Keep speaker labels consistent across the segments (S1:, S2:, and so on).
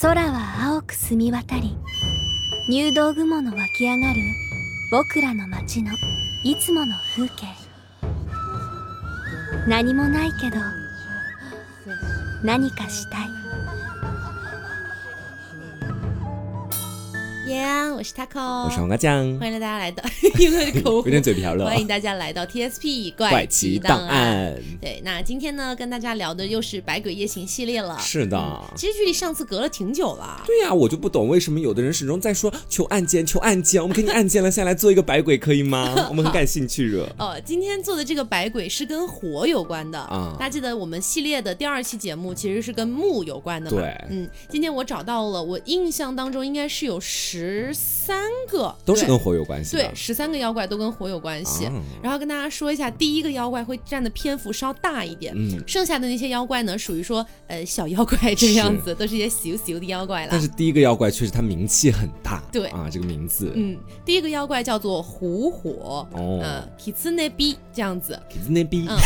S1: 空は青く澄み渡り入道雲の湧き上がる僕らの街のいつもの風景何もないけど何かしたい
S2: 耶我是 Taco，
S3: 我是黄瓜酱，
S2: 欢迎大家来到， 因为口
S3: 有
S2: 误，
S3: 点嘴瓢了。
S2: 欢迎大家来到 TSP
S3: 怪
S2: 奇
S3: 奇
S2: 档
S3: 档。案，
S2: 对，那今天呢，跟大家聊的又是《百鬼夜行》系列了。
S3: 是啊的。
S2: 其实距离上次隔了挺久了。
S3: 对呀、我就不懂为什么有的人始终在说求案件，求案件，我们给你案件了，下来做一个百鬼可 以吗？我们很感兴趣了。
S2: 哦，今天做的这个百鬼是跟火有关的
S3: 啊
S2: 大家记得我们系列的第二期节目其实是跟木有关的嘛？
S3: 对
S2: 嗯，今天我找到了，我印象当中应该是有十三个，
S3: 都是
S2: 对
S3: 跟火有关系的
S2: 对，。十三个妖怪都跟火有关系。
S3: 啊
S2: 然后跟大家说一下，第一个妖怪会占的篇幅稍大一点，
S3: 嗯，
S2: 剩下的那些妖怪呢，属于说呃小妖怪这样子，都是一些小小的妖怪
S3: 但
S2: 了。
S3: 是第一个妖怪确实他名气很大，
S2: 对
S3: 啊，这个名字，
S2: 嗯，第一个妖怪叫做狐火，
S3: 哦
S2: 呃 k i t s n e b i 这样子。
S3: 那逼，
S2: 嗯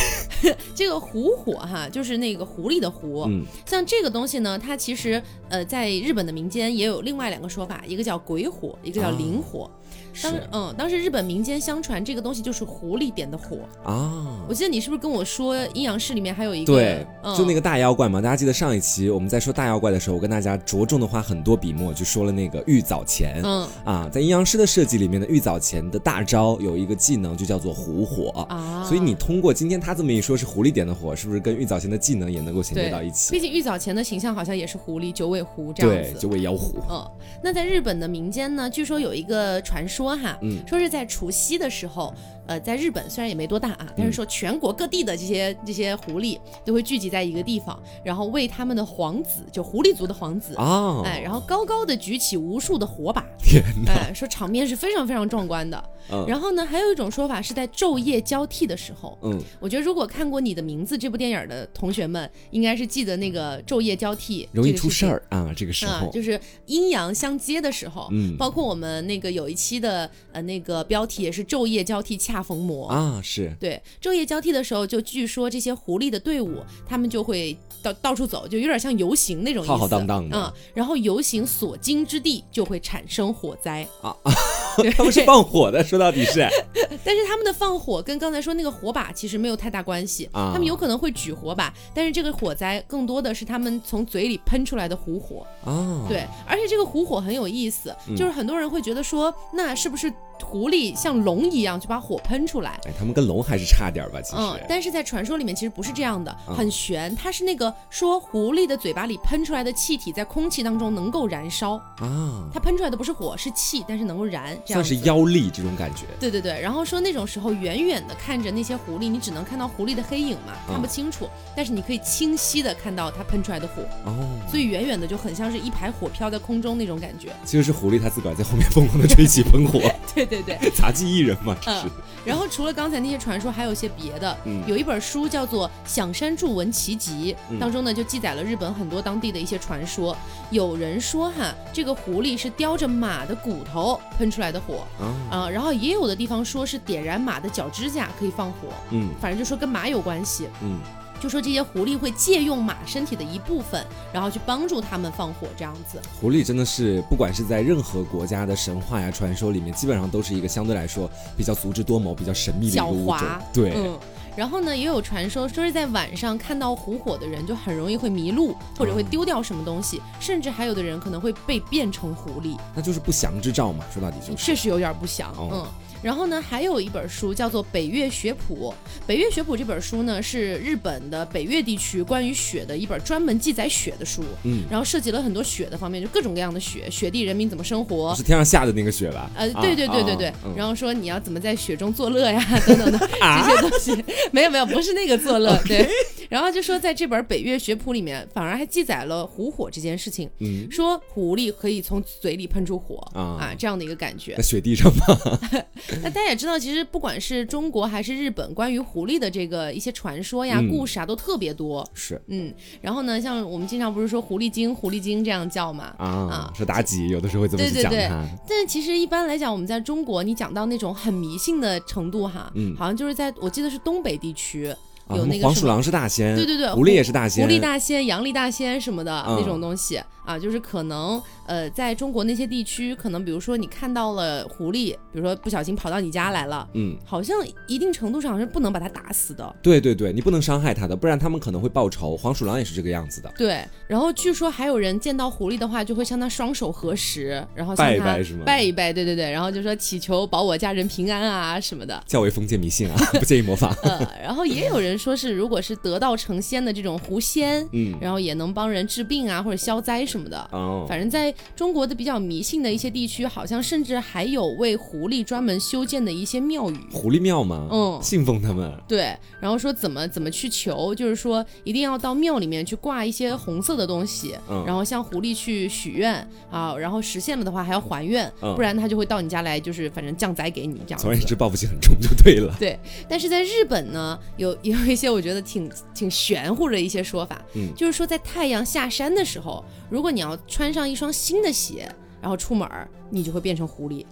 S2: 这个狐火哈，就是那个狐狸的狐。
S3: 嗯，
S2: 像这个东西呢，它其实呃在日本的民间也有另外两个说法，一个叫鬼火，一个叫灵火。
S3: 哦是
S2: 当嗯，当时日本民间相传这个东西就是狐狸点的火。
S3: 啊
S2: 我。记得你是不是跟我说阴阳师里面还有一个
S3: 对，
S2: 嗯、
S3: 就那个大妖怪嘛，大家记得上一期我们在说大妖怪的时候，我跟大家着重的花很多笔墨，就说了那个玉藻前，
S2: 嗯
S3: 啊，在阴阳师的设计里面呢，玉藻前的大招有一个技能就叫做狐火。
S2: 啊，
S3: 所以你通过今天他这么一说，是狐狸点的火，是不是跟玉藻前的技能也能够衔接
S2: 对
S3: 到一起？
S2: 毕竟玉藻前的形象好像也是狐狸九尾狐这
S3: 对
S2: 样，子
S3: 九。尾妖狐。
S2: 嗯，那在日本的民间呢，据说有一个传说哈，
S3: 嗯
S2: 说是在除夕的时候，呃，在日本虽然也没多大
S3: 嗯
S2: 啊，但是说全国各地的这些这些狐狸都会聚集在一个地方，然后为他们的皇子，就狐狸族的皇子，
S3: 哦，
S2: 哎，然后高高的举起无数的火把，
S3: 天哪！
S2: 哎，说场面是非常非常壮观的。
S3: 嗯
S2: 然后呢，还有一种说法是在昼夜交替的时候，
S3: 嗯，
S2: 我觉得如果看过《你的名字》这部电影的同学们，应该是记得那个昼夜交替
S3: 容易
S2: 这个
S3: 出事
S2: 情
S3: 儿啊，这个时
S2: 啊
S3: 候，。
S2: 就是阴阳相接的时候。
S3: 嗯
S2: 包括我们那个有一期的呃那个标题也是昼夜交替恰逢魔。
S3: 啊，是
S2: 对，昼夜交替的时候，就据说这些狐狸的队伍，他们就会到到处走，就有点像游行那种意思。
S3: 浩浩荡荡的
S2: 嗯，然后游行所经之地就会产生火灾。
S3: 啊，
S2: 对
S3: 他们是放火的，说到底 是
S2: 但是他们的放火跟刚才说那个火把其实没有太大关系，
S3: 啊
S2: 他们有可能会举火把，但是这个火灾更多的是他们从嘴里喷出来的狐火。
S3: 啊，嗯
S2: 对，而且这个狐火很有意思，就是很多人会觉得说，那是不是狐狸像龙一样就把火喷出来？
S3: 哎，他们跟龙还是差点儿吧，其实。
S2: 嗯，但是在传说里面其实不是这样的，
S3: 嗯
S2: 很玄。它是那个说狐狸的嘴巴里喷出来的气体在空气当中能够燃烧，
S3: 啊，
S2: 它喷出来的不是火，是气，但是能够燃，这样
S3: 像是
S2: 子。
S3: 妖力这种感觉。
S2: 对对对，然后说那种时候远远的看着那些狐狸，你只能看到狐狸的黑影嘛，看不
S3: 嗯
S2: 清楚，但是你可以清晰的看到它喷出来的火，
S3: 哦，
S2: 所以远远的就很像是一排火飘在空中那种感觉。
S3: 其实是狐狸他自个儿在后面疯狂的 吹起喷火，
S2: 对对对，
S3: 杂技艺人嘛，这是
S2: 嗯。然后除了刚才那些传说，还有一些别的。
S3: 嗯
S2: 有一本书叫做《响山著文奇集》，
S3: 嗯
S2: 当中呢就记载了日本很多当地的一些传说。有人说哈，这个狐狸是叼着马的骨头喷出来的火，
S3: 啊，
S2: 啊、然后也有的地方说是点燃马的脚指甲可以放火，
S3: 嗯
S2: 反正就说跟马有关系。
S3: 嗯。
S2: 就说这些狐狸会借用马身体的一部分，然后去帮助他们放火这样子。
S3: 狐狸真的是，不管是在任何国家的神话呀、传说里面，基本上都是一个相对来说比较足智多谋、比较神秘的一个
S2: 狡
S3: 物种
S2: 猾。
S3: 对，
S2: 嗯，然后呢，也有传说说是在晚上看到狐火的人就很容易会迷路，或者
S3: 嗯
S2: 会丢掉什么东西，甚至还有的人可能会被变成狐狸，
S3: 那就是不祥之兆嘛。说到底就是，
S2: 确实有点不祥。
S3: 哦
S2: 嗯。然后呢，还有一本书叫做《北岳学谱》。《北岳学谱》这本书呢，是日本的北岳地区关于雪的一本专门记载雪的书，
S3: 嗯，
S2: 然后涉及了很多雪的方面，就各种各样的雪，雪地人民怎么生活，
S3: 是天上下的那个雪吧？
S2: 呃，
S3: 啊
S2: 对对对对对，
S3: 啊嗯啊
S2: 然后说你要怎么在雪中作乐呀，等等的这些东 西，没有没有，不是那个作乐，对。然后就说在这本北岳学谱里面，反而还记载了狐火这件事情，
S3: 嗯，
S2: 说狐狸可以从嘴里喷出火
S3: 啊
S2: 啊这样的一个感觉
S3: 在。雪地上吗？
S2: 那大家也知道，其实不管是中国还是日本，关于狐狸的这个一些传说呀、
S3: 嗯
S2: 故事啊，都特别多。
S3: 是
S2: 嗯，然后呢，像我们经常不是说狐狸精、狐狸精这样叫嘛，
S3: 啊，说妲己有的时候会这么
S2: 对
S3: 去
S2: 对
S3: 讲啊
S2: 对
S3: 它。
S2: 但其实一般来讲，我们在中国，你讲到那种很迷信的程度哈，
S3: 嗯
S2: 好像就是在我记得是东北地区，
S3: 啊，
S2: 有
S3: 他
S2: 那
S3: 们
S2: 个
S3: 黄
S2: 什
S3: 鼠
S2: 么
S3: 狼是大仙，
S2: 对对对
S3: 嗯狐狸也是大仙，
S2: 狐狸大仙、羊力大仙什么的、
S3: 嗯
S2: 那种东西啊，就是可能呃，在中国那些地区，可能比如说你看到了狐狸，比如说不小心跑到你家来了，
S3: 嗯，
S2: 好像一定程度上是不能把它打死的。
S3: 对对对，你不能伤害它的，不然它们可能会报仇。黄鼠狼也是这个样子的，
S2: 对，然后据说还有人见到狐狸的话，就会向它双手合十，然后向
S3: 拜一
S2: 它
S3: 拜是吗
S2: 拜一拜，对对对，然后就说祈求保我家人平安啊什么的。
S3: 较为封建迷信啊， 不建议模仿。
S2: 呃，然后也有人说是，如果是得道成仙的这种狐仙，
S3: 嗯，
S2: 然后也能帮人治病啊或者消灾什么的。
S3: 哦，
S2: 反正在中国的比较迷信的一些地区，好像甚至还有为狐狸专门修建的一些庙宇。
S3: 狐狸庙嘛，
S2: 嗯
S3: 信奉他们。
S2: 对，然后说怎么怎么去求，就是说一定要到庙里面去挂一些红色的东西，
S3: 嗯
S2: 然后向狐狸去许愿啊，然后实现了的话还要还愿，
S3: 嗯
S2: 不然它就会到你家来，就是反正降灾给你这样
S3: 总而言
S2: 子。
S3: 之，报复心很重就对了。
S2: 对，但是在日本呢，有有一些我觉得挺挺玄乎的一些说法，
S3: 嗯
S2: 就是说在太阳下山的时候，如果你要穿上一双新的鞋，然后出门儿，你就会变成 狐狸。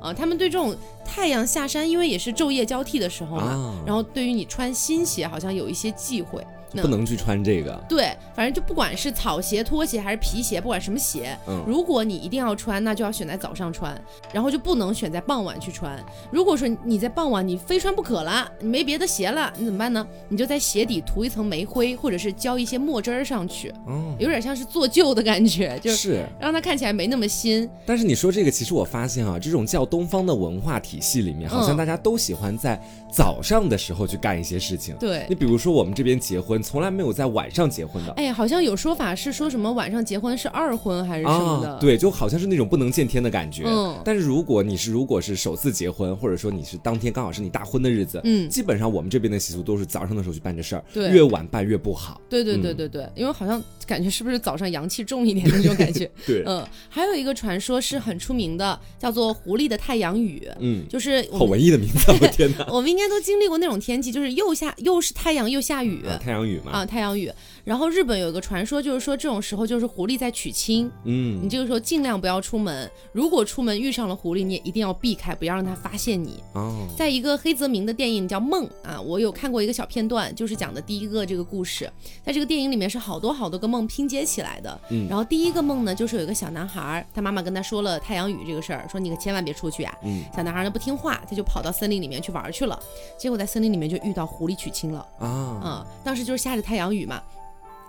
S2: 啊，他们对这种太阳下山，因为也是昼夜交替的时候嘛，
S3: 啊
S2: 然后对于你穿新鞋好像有一些忌讳，那
S3: 不能去穿这个。
S2: 对，反正就不管是草鞋、拖鞋还是皮鞋，不管什么鞋，
S3: 嗯，
S2: 如果你一定要穿，那就要选在早上穿，然后就不能选在傍晚去穿。如果说你在傍晚你非穿不可了，你没别的鞋了，你怎么办呢？你就在鞋底涂一层煤灰，或者是浇一些墨汁儿上去，
S3: 哦，
S2: 有点像是做旧的感觉，就是
S3: 是。
S2: 让它看起来没那么新。
S3: 但是你说这个，其实我发现啊，这种较东方的文化体系里面，好像
S2: 嗯
S3: 大家都喜欢在早上的时候去干一些事情。
S2: 对
S3: 你比如说我们这边结婚，从来没有在晚上结婚的。
S2: 哎，好像有说法是说什么晚上结婚是二婚还是什么的，
S3: 啊，对，就好像是那种不能见天的感觉。
S2: 嗯
S3: 但是如果你是如果是首次结婚，或者说你是当天刚好是你大婚的日子，
S2: 嗯
S3: 基本上我们这边的习俗都是早上的时候去办这事儿，
S2: 对
S3: 越晚办越不好。
S2: 对对对
S3: 嗯
S2: 对对，因为好像感觉是不是早上阳气重一点的那种感觉。
S3: 对，
S2: 嗯，还有一个传说是很出名的，叫做狐狸的太阳雨，
S3: 嗯，
S2: 就是我
S3: 好
S2: 们
S3: 文艺的名字啊，我天 哪！
S2: 我们应该都经历过那种天气，就是又下又是太阳又下雨
S3: 啊太阳雨嘛，
S2: 啊，太阳雨。然后日本有一个传说，就是说这种时候就是狐狸在娶亲，你
S3: 嗯，
S2: 这个时候尽量不要出门，如果出门遇上了狐狸，你也一定要避开，不要让它发现你。
S3: 哦，
S2: 在一个黑泽明的电影叫《梦》啊，我有看过一个小片段，就是讲的第一个这个故事。在这个电影里面是好多好多个梦拼接起来的。
S3: 嗯
S2: 然后第一个梦呢，就是有一个小男孩儿，他妈妈跟他说了太阳雨这个事儿，说你可千万别出去啊。
S3: 嗯
S2: 小男孩儿呢不听话，他就跑到森林里面去玩儿去了。结果在森林里面就遇到狐狸娶亲了。
S3: 啊，
S2: 嗯，当时就是下着太阳雨嘛。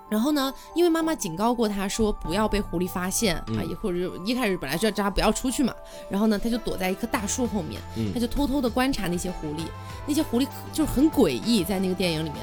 S2: 然后呢，因为妈妈警告过他说不要被狐狸发现、啊，
S3: 嗯
S2: 也或者就一开始本来就叫他不要出去嘛。然后呢，他就躲在一棵大树后面，
S3: 嗯
S2: 他就偷偷的观察那些狐狸。那些狐狸可就是很诡异，在那个电影里面，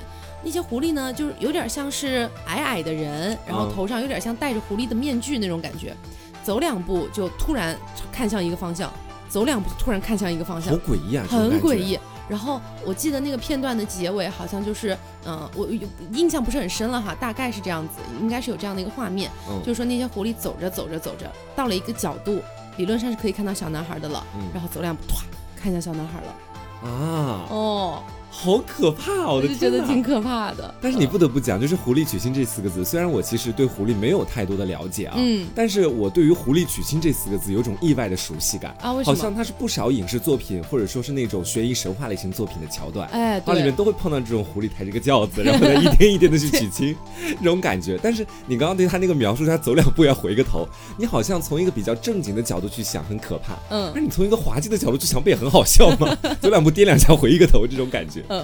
S2: 那些狐狸呢，就是有点像是矮矮的人，然后
S3: 嗯
S2: 头上有点像戴着狐狸的面具那种感觉。走两步就突然看向一个方向，走两步就突然看向一个方向
S3: 好，诡异啊，这种
S2: 很
S3: 感觉
S2: 诡异。然后我记得那个片段的结尾好像就是，嗯、我有印象不是很深了哈，大概是这样子，应该是有这样的一个画面，
S3: 嗯
S2: 就是说那些狐狸走着走着走着，到了一个角度，理论上是可以看到小男孩的了，
S3: 嗯
S2: 然后走两步，唰，看向小男孩了，
S3: 啊，
S2: 哦，
S3: 好可怕！啊我
S2: 我
S3: 的
S2: 就觉
S3: 天
S2: 得
S3: 哪
S2: 挺可怕的。
S3: 但是你不得不讲，就是“狐狸娶亲”这四个字，虽然我其实对狐狸没有太多的了解啊，
S2: 嗯
S3: 但是我对于“狐狸娶亲”这四个字有种意外的熟悉感，
S2: 啊，为什
S3: 好
S2: 么？
S3: 像它是不少影视作品或者说是那种悬疑神话类型作品的桥段。
S2: 哎，
S3: 它里面
S2: 对，
S3: 都会碰到这种狐狸抬着个轿子， 然后呢一颠一颠的去娶亲， 这种感觉。但是你刚刚对他那个描述，他走两步要回个头，你好像从一个比较正经的角度去想，很可怕。
S2: 嗯
S3: 那。你从一个滑稽的角度去想，不也很好笑 吗？走两步颠两下回一个头，这种感觉。
S2: 嗯，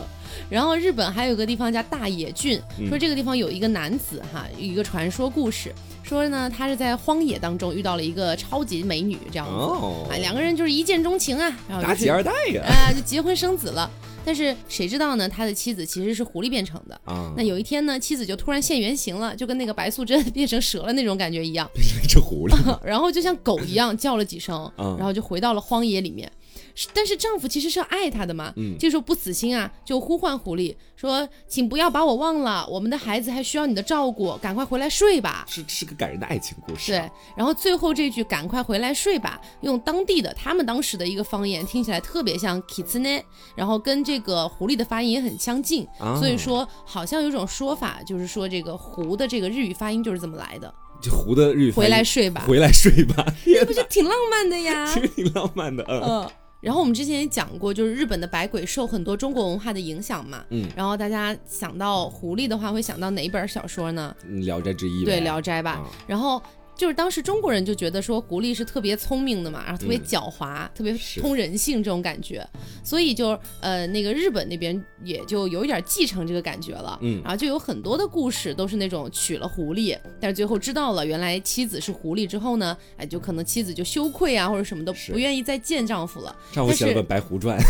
S2: 然后日本还有个地方叫大野郡，
S3: 嗯
S2: 说这个地方有一个男子哈，有一个传说故事，说呢他是在荒野当中遇到了一个超级美女这样子，
S3: 哦
S2: 啊，两个人就是一见钟情啊，然后
S3: 妲
S2: 就
S3: 己
S2: 是
S3: 二代呀、
S2: 啊就结婚生子了。但是谁知道呢？他的妻子其实是狐狸变成的。
S3: 啊，
S2: 那有一天呢，妻子就突然现原形了，就跟那个白素贞变成蛇了那种感觉一样，
S3: 变成一只啊狐狸。
S2: 然后就像狗一样叫了几声，
S3: 嗯
S2: 然后就回到了荒野里面。是但是丈夫其实是爱她的嘛，
S3: 嗯
S2: 这时候不死心啊，就呼唤狐狸说：“请不要把我忘了，我们的孩子还需要你的照顾，赶快回来睡吧。”
S3: 是是个感人的爱情故事、啊
S2: 对，然后最后这句“赶快回来睡吧”，用当地的他们当时的一个方言，听起来特别像 kitsune，然后跟这个狐狸的发音也很相近，
S3: 啊
S2: 所以说好像有种说法，就是说这个“狐”的这个日语发音就是这么来的，
S3: 就狐的日语翻
S2: 回
S3: 译
S2: 来睡吧，
S3: 回来睡吧，
S2: 这不就挺浪漫的呀？
S3: 其实挺浪漫的，嗯。
S2: 嗯，然后我们之前也讲过，就是日本的百鬼受很多中国文化的影响嘛。
S3: 嗯
S2: 然后大家想到狐狸的话，会想到哪一本小说呢？
S3: 嗯聊斋志异》
S2: 对，《
S3: 呗
S2: 聊斋》吧。
S3: 啊
S2: 然后就是当时中国人就觉得说狐狸是特别聪明的嘛，然后特别
S3: 嗯
S2: 狡猾，特别
S3: 是
S2: 通人性这种感觉，所以就呃那个日本那边也就有一点继承这个感觉了。
S3: 嗯
S2: 然后就有很多的故事都是那种娶了狐狸，但是最后知道了原来妻子是狐狸之后呢，哎，就可能妻子就羞愧啊或者什么的，
S3: 是
S2: 不愿意再见丈夫了。
S3: 上回写了
S2: 但是
S3: 本《白狐传》，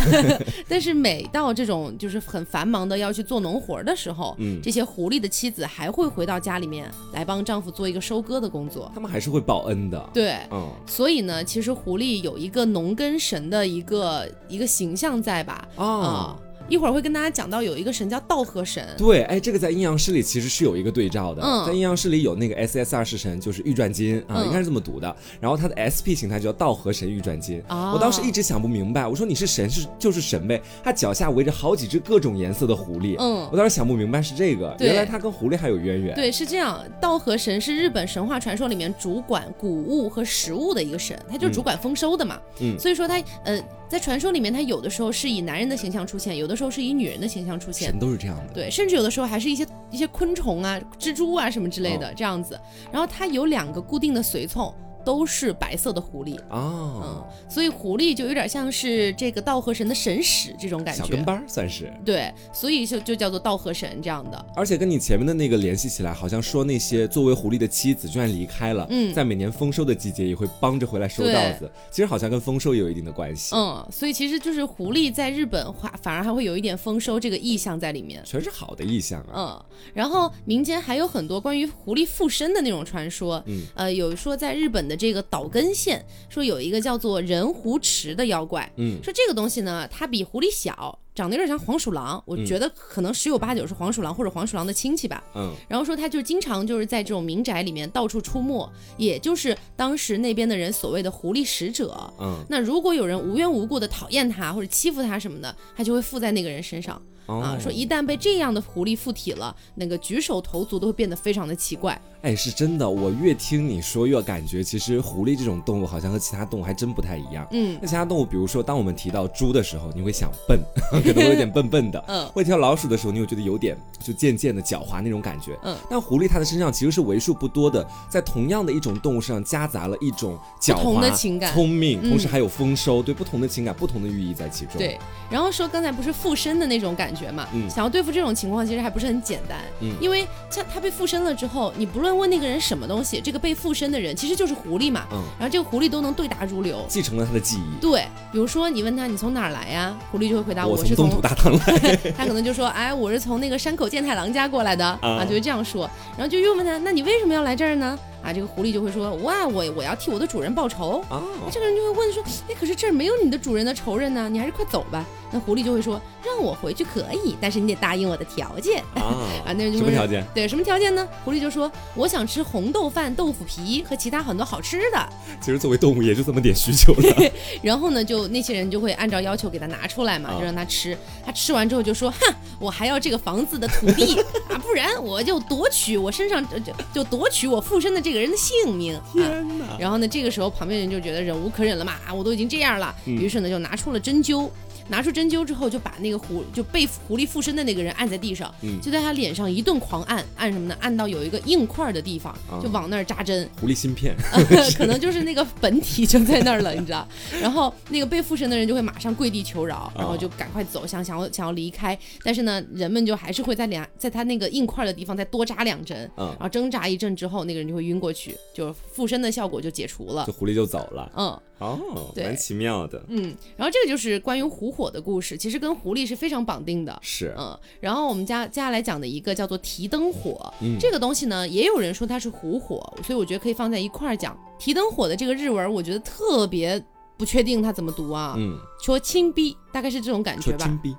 S2: 但是每到这种就是很繁忙的要去做农活儿的时候，
S3: 嗯
S2: 这些狐狸的妻子还会回到家里面来帮丈夫做一个收割的工作。
S3: 他们还是会报恩的。，
S2: 对，
S3: 嗯，
S2: 所以呢，其实狐狸有一个农耕神的一个一个形象在吧？
S3: 哦
S2: 啊、一会儿会跟大家讲到有一个神叫道贺神，
S3: 对，哎，这个在阴阳师里其实是有一个对照的，
S2: 嗯
S3: 在阴阳师里有那个 SSR 式神，就是玉转金啊，
S2: 嗯
S3: 应该是这么读的。然后它的 SP 形态叫道和神玉转金。
S2: 啊
S3: 我当时一直想不明白，我说你是神是就是神呗，它脚下围着好几只各种颜色的狐狸。
S2: 嗯
S3: 我当时想不明白是这个，
S2: 对
S3: 原来它跟狐狸还有渊源。，
S2: 对，是这样。道和神是日本神话传说里面主管谷物和食物的一个神，他就是主管丰收的嘛。
S3: 嗯
S2: 所以说他呃，在传说里面，他有的时候是以男人的形象出现，有的时候是以女人的形象出现
S3: 神。都是这样的。
S2: 对，甚至有的时候还是一些一些昆虫啊、蜘蛛啊什么之类
S3: 嗯
S2: 的、这样子。然后他有两个固定的随从，都是白色的狐狸。嗯
S3: 啊，，
S2: 所以狐狸就有点像是这个道和神的神使这种感
S3: 小
S2: 觉
S3: 跟，班儿算是。
S2: 对，所以就就叫做道和神这样的。
S3: 而且跟你前面的那个联系起来，好像说那些作为狐狸的妻子居然离开了，
S2: 嗯
S3: 在每年丰收的季节也会帮着回来收
S2: 对
S3: 稻子，其实好像跟丰收也有一定的关系，，
S2: 嗯，所以其实就是狐狸在日本话反而还会有一点丰收这个意象在里面。
S3: 全是好的意象啊，
S2: 嗯，然后民间还有很多关于狐狸附身的那种传说，
S3: 嗯，
S2: 呃，有说在日本的这个岛根县，说有一个叫做人狐池的妖怪，
S3: 嗯
S2: 说这个东西呢，它比狐狸小，长得有点像黄鼠狼，我觉得可能十有八九是黄鼠狼或者黄鼠狼的亲戚吧。
S3: 嗯
S2: 然后说他就经常就是在这种民宅里面到处出没，也就是当时那边的人所谓的狐狸使者。
S3: 嗯，
S2: 那如果有人无缘无故的讨厌他或者欺负他什么的，他就会附在那个人身上、
S3: 哦
S2: 啊。说一旦被这样的狐狸附体了，那个举手投足都会变得非常的奇怪。
S3: 哎，是真的，我越听你说越感觉，其实狐狸这种动物好像和其他动物还真不太一样。
S2: 嗯
S3: 那其他动物，比如说当我们提到猪的时候，你会想笨， 可能会有点笨笨的；
S2: 嗯
S3: 会提到老鼠的时候，你会觉得有点就渐渐的狡猾那种感觉。
S2: 嗯
S3: 但狐狸它的身上其实是为数不多的，在同样的一种动物身上夹杂了一种狡猾、
S2: 不同的情感
S3: 聪明，
S2: 嗯
S3: 同时还有丰收，对不同的情感、不同的寓意在其中。
S2: 对，然后说刚才不是附身的那种感觉嘛，
S3: 嗯
S2: 想要对付这种情况其实还不是很简单，
S3: 嗯
S2: 因为像他被附身了之后，你不论问那个人什么东西，这个被附身的人其实就是狐狸嘛，
S3: 嗯
S2: 然后这个狐狸都能对答如流。
S3: 继承了它的记忆。
S2: 对，比如说你问他你从哪儿来呀，狐狸就会回答
S3: 我
S2: 啊是
S3: 从
S2: 从
S3: 东土大唐 来，
S2: 他可能就说，哎，我是从那个山口健太郎家过来的
S3: 啊
S2: 啊，就会这样说。然后就又问他，那你为什么要来这儿呢？啊，这个狐狸就会说，哇，我我要替我的主人报仇。
S3: 哦，
S2: 这个人就会问说，哎，可是这儿没有你的主人的仇人呢，你还是快走吧。那狐狸就会说，让我回去可以，但是你得答应我的条件。
S3: 啊
S2: 啊，那就
S3: 什么
S2: 是
S3: 条件？
S2: 对，什么条件呢？狐狸就说：“我想吃红豆饭、豆腐皮和其他很多好吃的。
S3: 其实作为动物也就这么点需求了。”
S2: 然后呢，就那些人就会按照要求给他拿出来嘛，
S3: 啊
S2: 就让他吃。他吃完之后就说：“哼，我还要这个房子的土地 啊，不然我就夺取我身上就就就夺取我附身的这个人的性命。啊”
S3: 天哪！
S2: 然后呢，这个时候旁边人就觉得忍无可忍了嘛，啊，我都已经这样了，
S3: 嗯
S2: 于是呢就拿出了针灸。拿出针灸之后，就把那个狐就被狐狸附身的那个人按在地上，
S3: 嗯
S2: 就在他脸上一顿狂按，按什么呢？按到有一个硬块儿的地方，
S3: 啊
S2: 就往那儿扎针。
S3: 狐狸芯片，
S2: 可能就是那个本体就在那儿了，你知道？然后那个被附身的人就会马上跪地求饶，然后就赶快走，想想要想要离开，但是呢，人们就还是会在两在他那个硬块的地方再多扎两针，
S3: 嗯
S2: 然，后挣扎一阵之后，那个人就会晕过去，就是附身的效果就解除了
S3: 这。狐狸就走了。
S2: 嗯
S3: 哦，
S2: 对
S3: 蛮奇妙的。
S2: 嗯，然后这个就是关于狐火的故事，其实跟狐狸是非常绑定的。
S3: 是，
S2: 嗯，然后我们家接下来讲的一个叫做提灯火，
S3: 嗯
S2: 这个东西呢，也有人说它是狐火，所以我觉得可以放在一块儿讲。提灯火的这个日文，我觉得特别不确定它怎么读啊，
S3: 嗯，
S2: 说亲逼，大概是这种感觉
S3: 说
S2: 吧，
S3: 金币，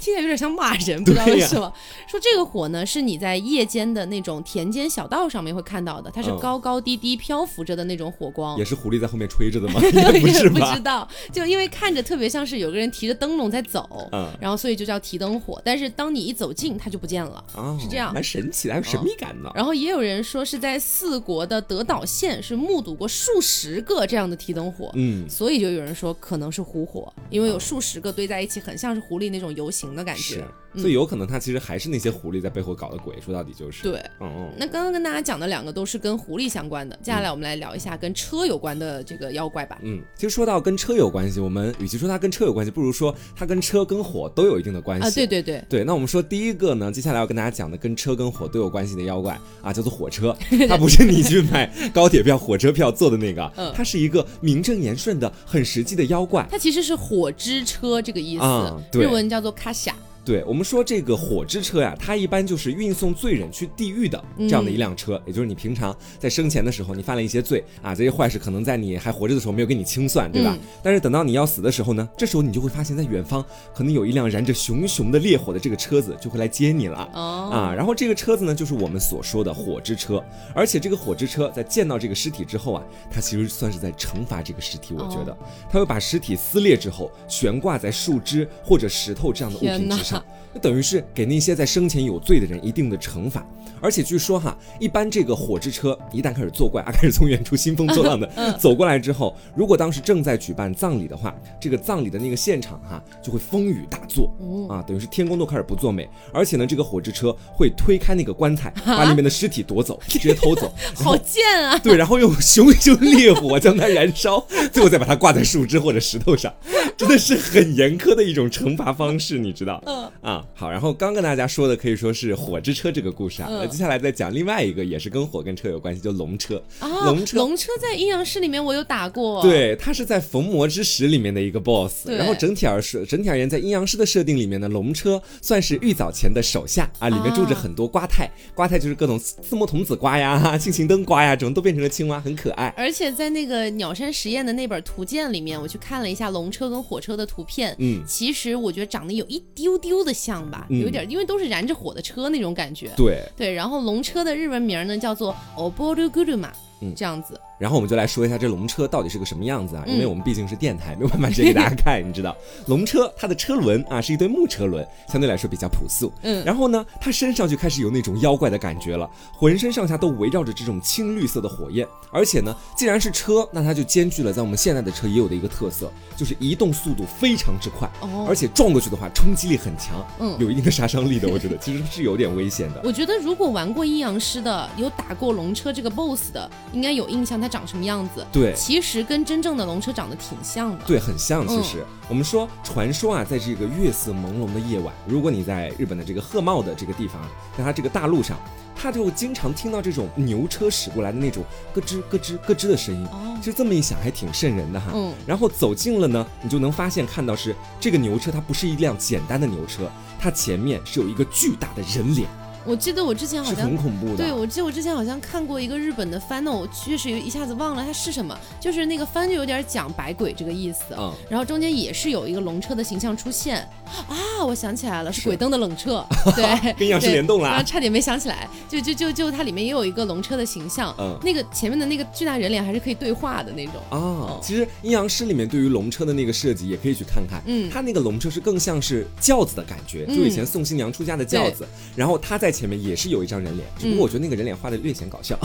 S2: 听起来有点像骂人，不知道为
S3: 对呀
S2: 什么。说这个火呢，是你在夜间的那种田间小道上面会看到的，它是
S3: 嗯
S2: 高高低低漂浮着的那种火光
S3: 也。是狐狸在后面吹着的吗？也不
S2: 也
S3: 是
S2: 嗯不
S3: 吧
S2: 知？道，就因为看着特别像是有个人提着灯笼在走，
S3: 嗯，
S2: 然后所以就叫提灯火。但是当你一走近，它就不见了。
S3: 哦，
S2: 是这样嗯
S3: 蛮神奇的，还有神秘感呢。
S2: 然后也有人说是在四国的德岛县是目睹过数十个这样的提灯火，
S3: 嗯，
S2: 所以就有人说可能是狐火。火，因为有数十个堆在一起，很像是狐狸那种游行的感
S3: 是
S2: 觉。，嗯
S3: 所以有可能他其实还是那些狐狸在背后搞的鬼，说到底就是，
S2: 对，
S3: 嗯，嗯，
S2: 那刚刚跟大家讲的两个都是跟狐狸相关的，接下来我们来聊一下跟车有关的这个妖怪吧。
S3: 嗯，其实说到跟车有关系，我们与其说它跟车有关系，不如说它跟车跟火都有一定的关系。
S2: 啊，对对对，
S3: 对，那我们说第一个呢，接下来要跟大家讲的跟车跟火都有关系的妖怪啊，叫做 火车。它不是你去买高铁票、火车票坐的那个
S2: 嗯，
S3: 它是一个名正言顺的、很实际的妖怪。
S2: 它其实是火之车这个意思，
S3: 啊对
S2: 日文叫做卡夏。
S3: 对我们说这个火之车呀，它一般就是运送罪人去地狱的这样的一辆车，也就是你平常在生前的时候，你犯了一些罪啊，这些坏事可能在你还活着的时候没有给你清算，对吧？但是等到你要死的时候呢，这时候你就会发现，在远方可能有一辆燃着熊熊的烈火的这个车子就会来接你了。
S2: 哦，
S3: 啊，然后这个车子呢，就是我们所说的火之车，而且这个火之车在见到这个尸体之后啊，它其实算是在惩罚这个尸体，我觉
S2: 哦
S3: 得，它会把尸体撕裂之后悬挂在树枝或者石头这样的物品
S2: 天哪
S3: 之上，那等于是给那些在生前有罪的人一定的惩罚。而且据说哈，一般这个火之车一旦开始作怪啊，开始从远处兴风作浪的走过来之后，如果当时正在举办葬礼的话，这个葬礼的那个现场哈、就会风雨大作啊，等于是天公都开始不作美。而且呢，这个火之车会推开那个棺材，把里面的尸体夺走，直接偷走，然后
S2: 好贱啊！
S3: 对，然后用熊熊烈火将它燃烧，最后再把它挂在树枝或者石头上，真的是很严苛的一种惩罚方式，你知道？
S2: 嗯
S3: 啊，好，然后刚跟大家说的可以说是火之车这个故事啊，
S2: 嗯
S3: 那接下来再讲另外一个也是跟火跟车有关系，就龙车。
S2: 啊，
S3: 龙车
S2: 龙车在阴阳师里面我有打过。，
S3: 对，它是在逢魔之石里面的一个 boss。
S2: 哦对
S3: 然后整体而说，整体而言，在阴阳师的设定里面呢，龙车算是玉藻前的手下啊，里面
S2: 哦
S3: 住着很多瓜太，瓜太就是各种刺墨童子瓜呀、 性情灯瓜呀，这种都变成了青蛙，很可爱。
S2: 而且在那个鸟山实验的那本图鉴里面，我去看了一下龙车跟火车的图片。
S3: 嗯
S2: 其实我觉得长得有一丢丢的像吧，
S3: 嗯
S2: 有点，因为都是燃着火的车那种感觉。
S3: 对，
S2: 对，然后龙车的日文名呢叫做 oboru guruma，
S3: 嗯
S2: 这样子。
S3: 然后我们就来说一下这龙车到底是个什么样子啊？
S2: 嗯
S3: 因为我们毕竟是电台，没有办法直接给大家看，你 知道，龙车它的车轮啊是一对木车轮，相对来说比较朴素。
S2: 嗯
S3: 然后呢，它身上就开始有那种妖怪的感觉了，浑身上下都围绕着这种青绿色的火焰。而且呢，既然是车，那它就兼具了在我们现在的车也有的一个特色，就是移动速度非常之快，
S2: 哦
S3: 而且撞过去的话冲击力很强，
S2: 嗯
S3: 有一定的杀伤力的。我觉得其实是有点危险的。
S2: 我觉得如果玩过阴阳师的，有打过龙车这个 BOSS 的，应该有印象它长什么样子。
S3: 对，
S2: 其实跟真正的龙车长得挺像的。
S3: 对，很像。
S2: 嗯
S3: 其实、我们说，传说啊，在这个月色朦胧的夜晚，如果你在日本的这个鹤茂的这个地方，在它这个大路上，它就经常听到这种牛车驶过来的那种咯吱咯吱咯吱的声音。
S2: 哦
S3: 其实这么一想，还挺瘆人的哈。
S2: 嗯
S3: 然后走近了呢，你就能发现看到是这个牛车，它不是一辆简单的牛车，它前面是有一个巨大的人脸，
S2: 我记得我之前好
S3: 是
S2: 像
S3: 很恐怖的。
S2: 对，我记得我之前好像看过一个日本的番，那我确实一下子忘了它是什么，就是那个番就有点讲百鬼这个意思。
S3: 嗯
S2: 然后中间也是有一个龙车的形象出现啊，我想起来了，是鬼灯的冷 彻，对，
S3: 跟阴阳师
S2: 对
S3: 联动啦
S2: 啊，差点没想起来，就就就就它里面也有一个龙车的形象，
S3: 嗯
S2: 那个前面的那个巨大人脸还是可以对话的那种，
S3: 啊，其实阴阳师里面对于龙车的那个设计也可以去看看，
S2: 嗯
S3: 它那个龙车是更像是轿子的感觉，就
S2: 嗯
S3: 以前送新娘出嫁的轿子，然后它在前面也是有一张人脸，只
S2: 嗯
S3: 不过我觉得那个人脸画的略显搞 笑，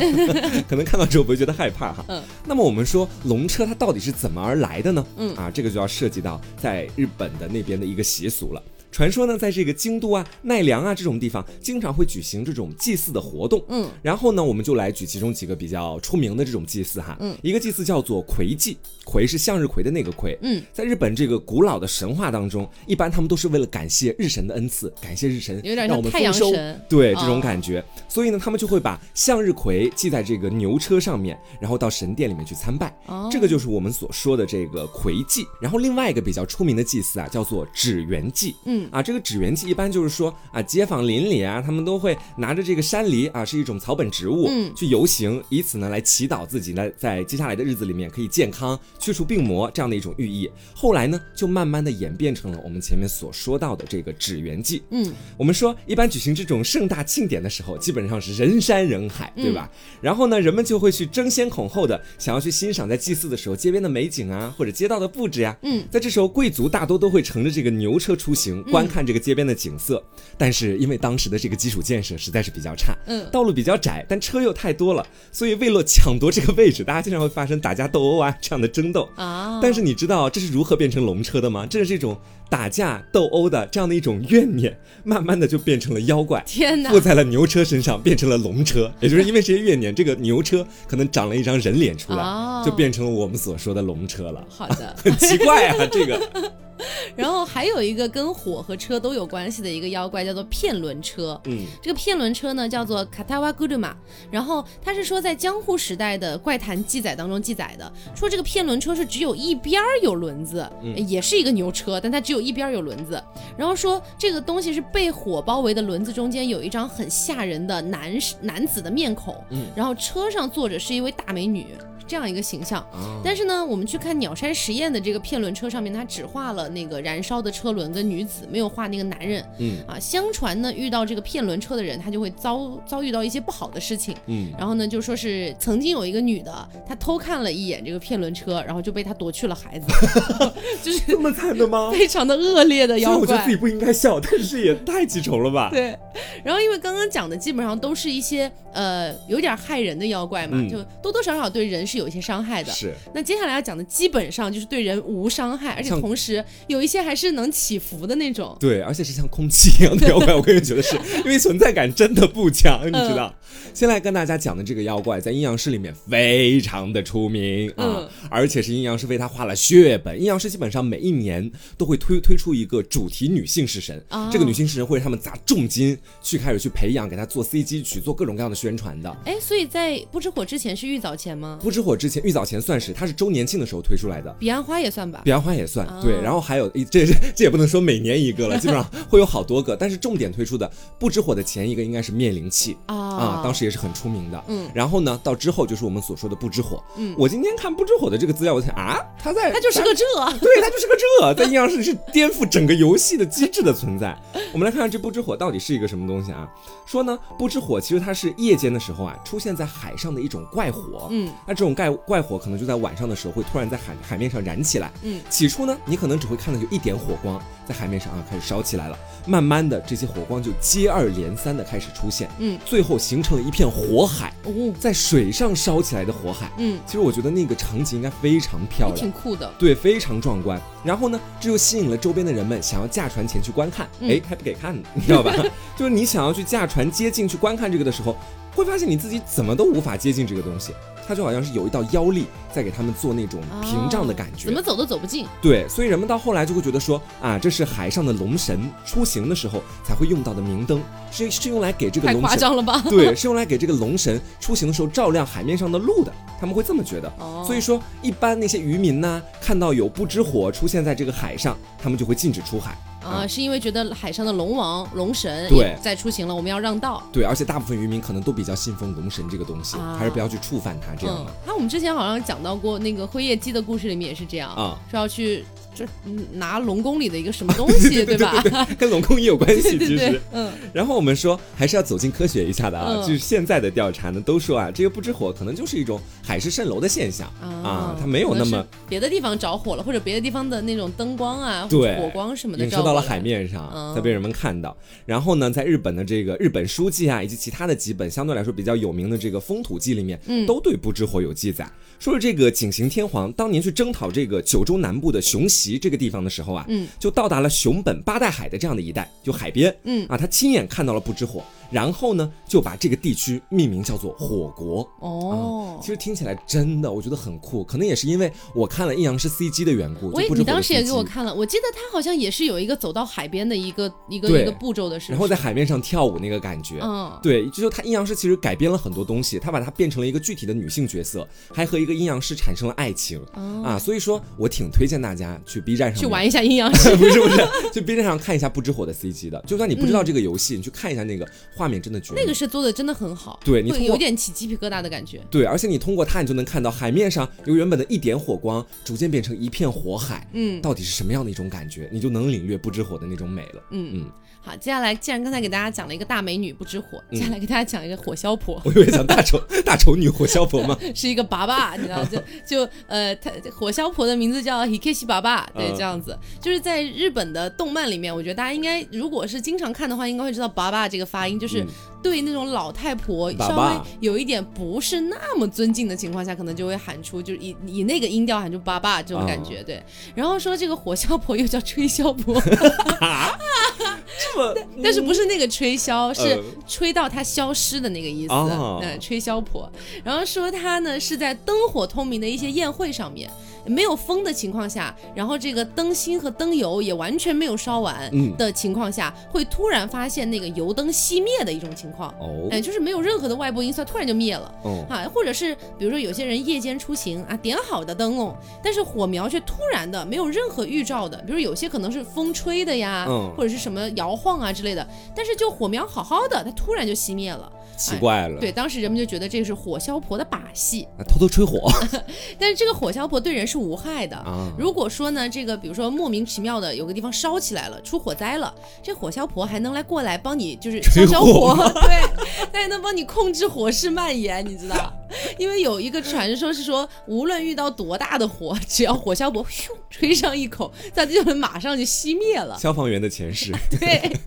S3: 可能看到之后不会觉得害怕哈。
S2: 嗯
S3: 那么我们说龙车它到底是怎么而来的呢？
S2: 嗯
S3: 啊，这个就要涉及到在日本的那边的一个习俗了。传说呢，在这个京都啊、奈良啊这种地方，经常会举行这种祭祀的活动。
S2: 嗯，
S3: 然后呢，我们就来举其中几个比较出名的这种祭祀哈。
S2: 嗯
S3: 一个祭祀叫做葵祭，葵是向日葵的那个葵。
S2: 嗯，
S3: 在日本这个古老的神话当中，一般他们都是为了感谢日神的恩赐，感谢日神
S2: 有点
S3: 让
S2: 像
S3: 我们
S2: 太阳
S3: 丰收
S2: 神，
S3: 对
S2: 哦
S3: 这种感觉。所以呢，他们就会把向日葵系在这个牛车上面，然后到神殿里面去参拜。
S2: 哦
S3: 这个就是我们所说的这个葵祭。然后另外一个比较出名的祭祀啊，叫做纸鸢祭。
S2: 嗯
S3: 啊，这个纸鸢祭一般就是说啊，街坊邻里啊，他们都会拿着这个山梨啊，是一种草本植物，
S2: 嗯
S3: 去游行，以此呢来祈祷自己呢在接下来的日子里面可以健康、去除病魔这样的一种寓意。后来呢，就慢慢的演变成了我们前面所说到的这个纸鸢祭。
S2: 嗯，
S3: 我们说，一般举行这种盛大庆典的时候，基本上是人山人海，
S2: 嗯
S3: 对吧？然后呢，人们就会去争先恐后的想要去欣赏在祭祀的时候街边的美景啊，或者街道的布置呀、
S2: 嗯，
S3: 在这时候，贵族大多都会乘着这个牛车出行，观看这个街边的景色。但是因为当时的这个基础建设实在是比较差，
S2: 嗯
S3: 道路比较窄，但车又太多了，所以为了抢夺这个位置，大家经常会发生打架斗殴啊这样的争斗。
S2: 啊，
S3: 但是你知道这是如何变成龙车的吗？这是一种打架斗殴的这样的一种怨念，慢慢的就变成了妖怪。
S2: 天哪
S3: 附，在了牛车身上，变成了龙车，也就是因为这些怨念，这个牛车可能长了一张人脸出来，
S2: 哦
S3: 就变成了我们所说的龙车了。
S2: 好的。
S3: 很奇怪啊，这个
S2: 然后还有一个跟火和车都有关系的一个妖怪，叫做片轮车。
S3: 嗯，
S2: 这个片轮车呢叫做卡塔瓦古鲁玛，然后它是说在江户时代的怪谈记载当中记载的，说这个片轮车是只有一边儿有轮子，也是一个牛车，但它只有一边儿有轮子。然后说这个东西是被火包围的轮子中间有一张很吓人的男士男子的面孔，
S3: 嗯
S2: 然后车上坐着是一位大美女。这样一个形象，
S3: 啊
S2: 但是呢，我们去看鸟山实验的这个片轮车上面，它只画了那个燃烧的车轮跟女子，没有画那个男人。
S3: 嗯
S2: 啊，相传呢，遇到这个骗轮车的人，他就会遭遭遇到一些不好的事情。
S3: 嗯，
S2: 然后呢，就说是曾经有一个女的，她偷看了一眼这个骗轮车，然后就被他夺去了孩子， 就是
S3: 这么惨的吗？
S2: 非常的恶劣的
S3: 所以
S2: 妖
S3: 我觉得
S2: 怪
S3: 自己。不应该笑，但是也太记仇了吧？
S2: 对，然后因为刚刚讲的基本上都是一些呃有点害人的妖怪嘛，
S3: 嗯
S2: 就多多少少对人是有一些伤害的。
S3: 是，
S2: 那接下来要讲的基本上就是对人无伤害，而且
S3: 像
S2: 同时有一些还是能起伏的那种。
S3: 对，而且是像空气一样的妖怪，我个人觉得是因为存在感真的不强，你
S2: 嗯
S3: 知道。先来跟大家讲的这个妖怪，在阴阳师里面非常的出名啊
S2: 嗯，
S3: 而且是阴阳师为他画了血本。阴阳师基本上每一年都会推推出一个主题女性式神
S2: 哦，
S3: 这个女性式神会让他们砸重金去开始去培养，给她做 CG 曲，做各种各样的宣传的。
S2: 哎，所以在不知火之前是玉藻前吗？
S3: 不知火之前，玉藻前算是，它是周年庆的时候推出来的。
S2: 彼岸花也算吧。
S3: 彼岸花也算、
S2: 哦
S3: 对，然后还有一这这这也不能说每年 一个了，基本上会有好多个，但是重点推出的不知火的前一个应该是灭灵器。
S2: 啊
S3: 啊，当时也是很出名的，
S2: 嗯
S3: 然后呢，到之后就是我们所说的不知火，
S2: 嗯
S3: 我今天看不知火的这个资料，我才啊，他在，
S2: 他就是个这，
S3: 对，他就是个这，在阴阳师是颠覆整个游戏的机制的存在。我们来看看这不知火到底是一个什么东西啊？说呢，不知火其实它是夜间的时候啊，出现在海上的一种怪火。
S2: 嗯
S3: 那这种怪怪火可能就在晚上的时候会突然在海海面上燃起来。
S2: 嗯
S3: 起初呢，你可能只会看到有一点火光在海面上啊开始烧起来了，慢慢的这些火光就接二连三的开始出现，
S2: 嗯
S3: 最后形成了一片火海，
S2: 哦
S3: 在水上烧起来的火海。
S2: 嗯，
S3: 其实我觉得那个场景应该非常漂
S2: 也
S3: 亮
S2: 挺。酷的。
S3: 对，非常壮观。然后呢，这就吸引了周边的人们想要驾船前去观看。
S2: 嗯
S3: 哎、还不给看呢，你知道吧？ 就是你想要去驾船接近去观看这个的时候，会发现你自己怎么都无法接近这个东西。它就好像是有一道妖力在给他们做那种屏障的感觉。
S2: 啊怎么走都走不进。
S3: 对，所以人们到后来就会觉得说啊，这是海上的龙神出行的时候才会用到的明灯，是是用来给这个
S2: 太
S3: 龙
S2: 夸
S3: 神。
S2: 张了吧？
S3: 对，是用来给这个龙神出行的时候照亮海面上的路的，他们会这么觉得。
S2: 哦
S3: 所以说，一般那些渔民呢，看到有不知火出现在这个海上，他们就会禁止出海
S2: 啊，。是因为觉得海上的龙王、龙神
S3: 对
S2: 也在出行了，我们要让道。
S3: 对，而且大部分渔民可能都比较信奉龙神这个东西，
S2: 啊
S3: 还是不要去触犯它这样
S2: 嗯
S3: 的。，
S2: 那我们之前好像讲到过那个辉夜姬的故事里面也是这样
S3: 啊，
S2: 说要去这嗯拿龙宫里的一个什么东西，对吧？
S3: 跟龙宫也有关 系，
S2: 对
S3: 其
S2: 对
S3: 实
S2: 对。，嗯
S3: 然后我们说，还是要走进科学一下的 啊。
S2: 嗯
S3: 就是现在的调查呢，都说啊，这个不知火可能就是一种海市蜃楼的现象啊，它没有
S2: 可
S3: 那
S2: 能
S3: 么
S2: 是别的地方着火了，或者别的地方的那种灯光啊、或
S3: 对
S2: 者火光什么的
S3: 影
S2: 照
S3: 射到了
S2: 过来
S3: 海。面上，
S2: 嗯
S3: 再被人们看到。然后呢，在日本的这个日本书记啊，以及其他的几本相对来说比较有名的这个风土记里面，
S2: 嗯
S3: 都对不知火有记载。说是这个景行天皇当年去征讨这个九州南部的熊袭这个地方的时候啊，
S2: 嗯
S3: 就到达了熊本八代海的这样的一带，就海边，
S2: 嗯
S3: 啊，他亲眼看到了不知火，然后呢，就把这个地区命名叫做火国。
S2: 哦
S3: 其，实听起来真的，我觉得很酷，可能也是因为我看了阴阳师 CG 的缘故。
S2: 我也
S3: 就不知
S2: 你
S3: 火的
S2: 当时也给
S3: CG
S2: 我看了，我记得他好像也是有一个走到海边的一个一个
S3: 对
S2: 一个步骤的事，
S3: 然后在海面上跳舞那个感觉。
S2: 嗯
S3: 对，这就是他阴阳师其实改编了很多东西，他把它变成了一个具体的女性角色，还和一个阴阳师产生了爱情、啊，所以说我挺推荐大家去 B 站上
S2: 哦嗯去
S3: 面
S2: 玩一下 阴阳师
S3: 不是不是，去 B 站上看一下不知火的 CG 的，就算你不知道这个游戏，你去看一下那个画面真的绝
S2: 嗯
S3: 美。
S2: 那个是做的真的很好，
S3: 对你
S2: 会
S3: 通过
S2: 有点起鸡皮疙瘩的感觉。
S3: 对，而且你通过它，你就能看到海面上由原本的一点火光，逐渐变成一片火海，
S2: 嗯
S3: 到底是什么样的一种感觉，你就能领略不知火的那种美了。
S2: 嗯
S3: 嗯
S2: 嗯，好，接下来既然刚才给大家讲了一个大美女不知火，
S3: 嗯
S2: 接下来给大家讲一个火消婆，
S3: 我以为讲大丑 大丑女火消婆嘛，
S2: 是一个爸 爸，你知道就就呃，她火消婆的名字叫 Hikeshi 爸爸，对，
S3: 嗯
S2: 这样子，就是在日本的动漫里面，我觉得大家应该如果是经常看的话，应该会知道爸爸这个发音，就是
S3: 嗯
S2: 对那种老太婆
S3: 爸
S2: 稍
S3: 爸
S2: 微有一点不是那么尊敬的情况下，可能就会喊出就是以以那个音调喊出爸爸这种感
S3: 啊
S2: 觉，对。然后说这个火消婆又叫吹箫婆，
S3: 这么
S2: 但是不是那个吹箫，是
S3: 嗯
S2: 吹到它消失的那个意思。
S3: 哦
S2: 嗯，吹箫婆。然后说它呢是在灯火通明的一些宴会上面，没有风的情况下，然后这个灯芯和灯油也完全没有烧完
S3: 嗯
S2: 的情况下，会突然发现那个油灯熄灭的一种情况。
S3: 哦
S2: 哎，就是没有任何的外部因素，它突然就灭了。
S3: 哦
S2: 啊，或者是比如说有些人夜间出行啊，点好的灯笼，但是火苗却突然的没有任何预兆的，比如有些可能是风吹的呀，
S3: 嗯
S2: 或者是什么摇晃啊之类的，但是就火苗好好的，它突然就熄灭了。
S3: 奇怪了，
S2: 对，当时人们就觉得这是火消婆的把戏，
S3: 啊偷偷吹火
S2: 但是这个火消婆对人是无害的。
S3: 啊，
S2: 如果说呢，这个比如说莫名其妙的有个地方烧起来了，出火灾了，这火消婆还能来过来帮你就是消
S3: 吹
S2: 消
S3: 火
S2: 火，对，她还能帮你控制火势蔓延，你知道？因为有一个传说是说，无论遇到多大的火，只要火消婆 咻吹上一口，它就能马上就熄灭 了。
S3: 消防员的前世，
S2: 对，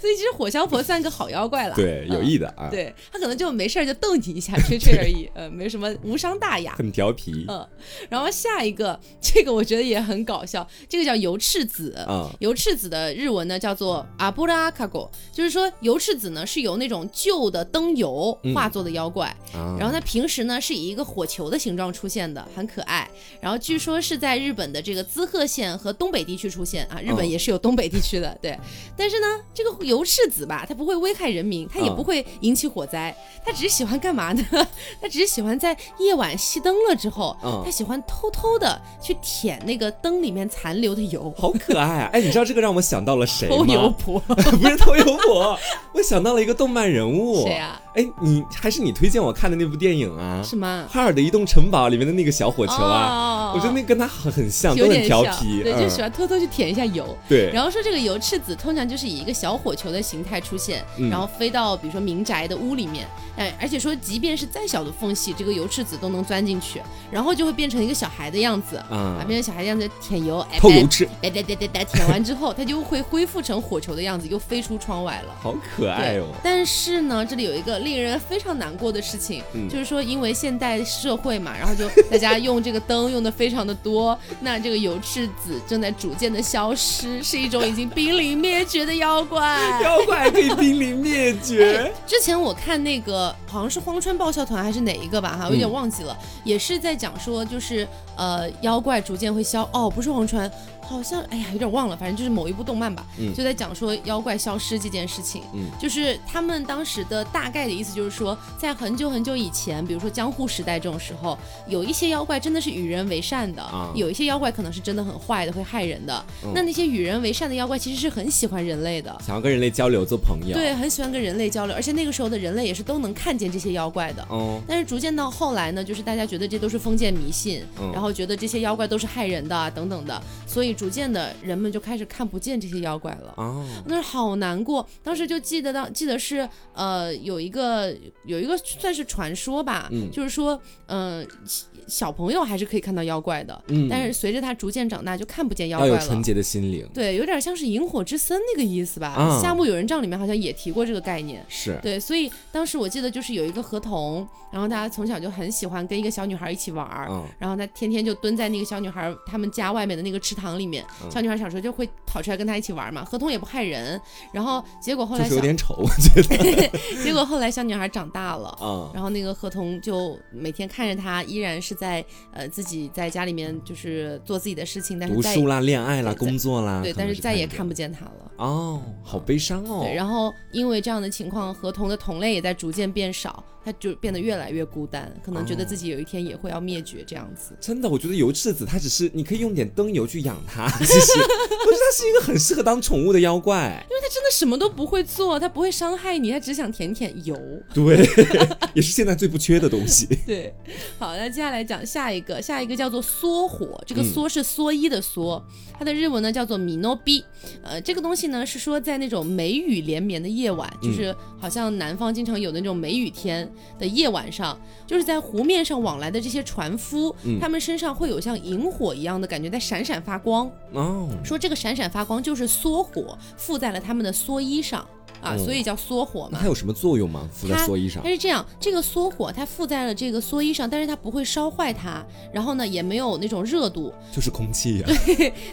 S2: 所以其实火消婆算个好妖怪了，
S3: 对，有
S2: 嗯
S3: 意的啊，
S2: 对他可能就没事儿就逗你一下，吹吹而 已，呃，没什么无伤大雅。
S3: 很调皮
S2: 嗯，然后下一个，这个我觉得也很搞笑，这个叫油赤子。
S3: 啊，
S2: 油赤子的日文呢叫做阿布拉卡狗，就是说油赤子呢是由那种旧的灯油化作的妖怪，
S3: 啊
S2: 然后它平时呢是以一个火球的形状出现的，很可爱。然后据说是在日本的这个滋贺县和东北地区出现啊，日本
S3: 嗯
S2: 也是有东北地区的，对。但是呢，这个油赤子吧，它不会危害人民，它也
S3: 嗯
S2: 不会引起火灾，它只是喜欢干嘛呢？ 它只是喜欢在夜晚熄灯了之后，
S3: 嗯
S2: 它喜欢偷偷的去舔那个灯里面残留的油。
S3: 好可爱啊！哎，你知道这个让我想到了谁吗？
S2: 偷油婆，
S3: 不是偷油婆，我想到了一个动漫人物。
S2: 谁啊？
S3: 哎，你还是你推荐我看的那部电影啊？
S2: 是吗？
S3: 哈尔的移动城堡里面的那个小火球啊，
S2: 啊
S3: 我觉得那跟他很很像，
S2: 有
S3: 都很
S2: 点
S3: 调
S2: 像，
S3: 皮，
S2: 对，就
S3: 嗯
S2: 喜欢偷偷去舔一下油。
S3: 对，
S2: 然后说这个油赤子通常就是以一个小火球的形态出现，
S3: 嗯
S2: 然后飞到比如说民宅的屋里面，哎，而且说即便是再小的缝隙，这个油赤子都能钻进去，然后就会变成一个小孩的样子，啊
S3: 啊，
S2: 变成小孩的样子舔油，哎，
S3: 偷油吃，
S2: 哒哒哒哒哒，舔完之后它就会恢复成火球的样子，又飞出窗外了。
S3: 好可爱
S2: 对
S3: 哦，。
S2: 但是呢，这里有一个令人非常难过的事情，
S3: 嗯
S2: 就是说，因为现代社会嘛，然后就大家用这个灯用的非常的多， 那这个油赤子正在逐渐的消失，是一种已经濒临灭绝的妖怪。
S3: 妖怪还可以濒临灭绝
S2: 哎之前我看那个好像是荒川爆笑团还是哪一个
S3: 嗯
S2: 吧，哈，我有点忘记了，也是在讲说就是呃妖怪逐渐会消哦，不是荒川，好像哎呀有点忘了，反正就是某一部动漫吧，
S3: 嗯
S2: 就在讲说妖怪消失这件事情。
S3: 嗯
S2: 就是他们当时的大概的意思就是说，在很久很久以前，比如说江户时代这种时候，有一些妖怪真的是与人为善的，
S3: 啊
S2: 有一些妖怪可能是真的很坏的，会害人的。
S3: 嗯
S2: 那那些与人为善的妖怪其实是很喜欢人类的。
S3: 想要跟人类交流做朋友，
S2: 对，，很喜欢跟人类交流，而且那个时候的人类也是都能看见这些妖怪的。
S3: 哦，
S2: 但是逐渐到后来呢，就是大家觉得这都是封建迷信，
S3: 嗯
S2: 然后觉得这些妖怪都是害人的啊等等的，所以逐渐的人们就开始看不见这些妖怪了。
S3: 哦，
S2: 那是好难过，当时就记得当记得是呃有一个有一个算是传说吧，
S3: 嗯
S2: 就是说嗯、呃小小朋友还是可以看到妖怪的，
S3: 嗯
S2: 但是随着他逐渐长大就看不见妖
S3: 要
S2: 怪
S3: 有
S2: 了。
S3: 纯洁的心灵，
S2: 对，有点像是萤火之森那个意思吧。
S3: 啊
S2: 夏目友人帐里面好像也提过这个概念。
S3: 是，
S2: 对，所以当时我记得就是有一个河童，然后他从小就很喜欢跟一个小女孩一起玩儿。
S3: 嗯，
S2: 然后他天天就蹲在那个小女孩他们家外面的那个池塘里面，
S3: 嗯
S2: 小女孩小时候就会跑出来跟他一起玩嘛，河童也不害人。然后结果后
S3: 就
S2: 来
S3: 是
S2: 小
S3: 有，点丑，我觉得，
S2: 结果后来小女孩长大了，
S3: 啊，
S2: 然后那个河童就每天看着她，依然是在呃自己在家里面就是做自己的事情，但是
S3: 读
S2: 再
S3: 书啦，恋爱啦，
S2: 对在
S3: 工作啦，
S2: 对，
S3: 可能
S2: 但是再也
S3: 不
S2: 看不嗯见她了。
S3: 哦，好悲伤哦。
S2: 对，然后因为这样的情况，河童的同类也在逐渐变少，他就变得越来越孤单，可能觉得自己有一天也会要灭绝这样子。
S3: 真的，我觉得油赤子它只是你可以用点灯油去养它， 其实我觉得它是一个很适合当宠物的 妖怪。
S2: 因为他真的什么都不会做，他不会伤害你，他只想舔舔油。
S3: 对， 也是现在最不缺的 东西。
S2: 对，好，那接下来讲下一个，下一个叫做缩火，这个缩是蓑衣的蓑，它的日文呢叫做米诺比，呃，这个东西呢是说在那种梅雨连绵的夜晚，就是好像南方经常有那种梅雨天的夜晚上，就是在湖面上往来的这些船夫，他们身上会有像萤火一样的感觉在闪闪发光，
S3: 哦，
S2: 说这个闪闪发光就是缩火附在了他们的蓑衣上啊，所以叫缩火
S3: 那
S2: 嘛
S3: 它。有什么作用吗？敷在
S2: 它
S3: 蓑衣上
S2: 它？是这样，这个缩火它附在了这个蓑衣上，但是它不会烧坏它，然后呢也没有那种热度。
S3: 就是空气啊呀、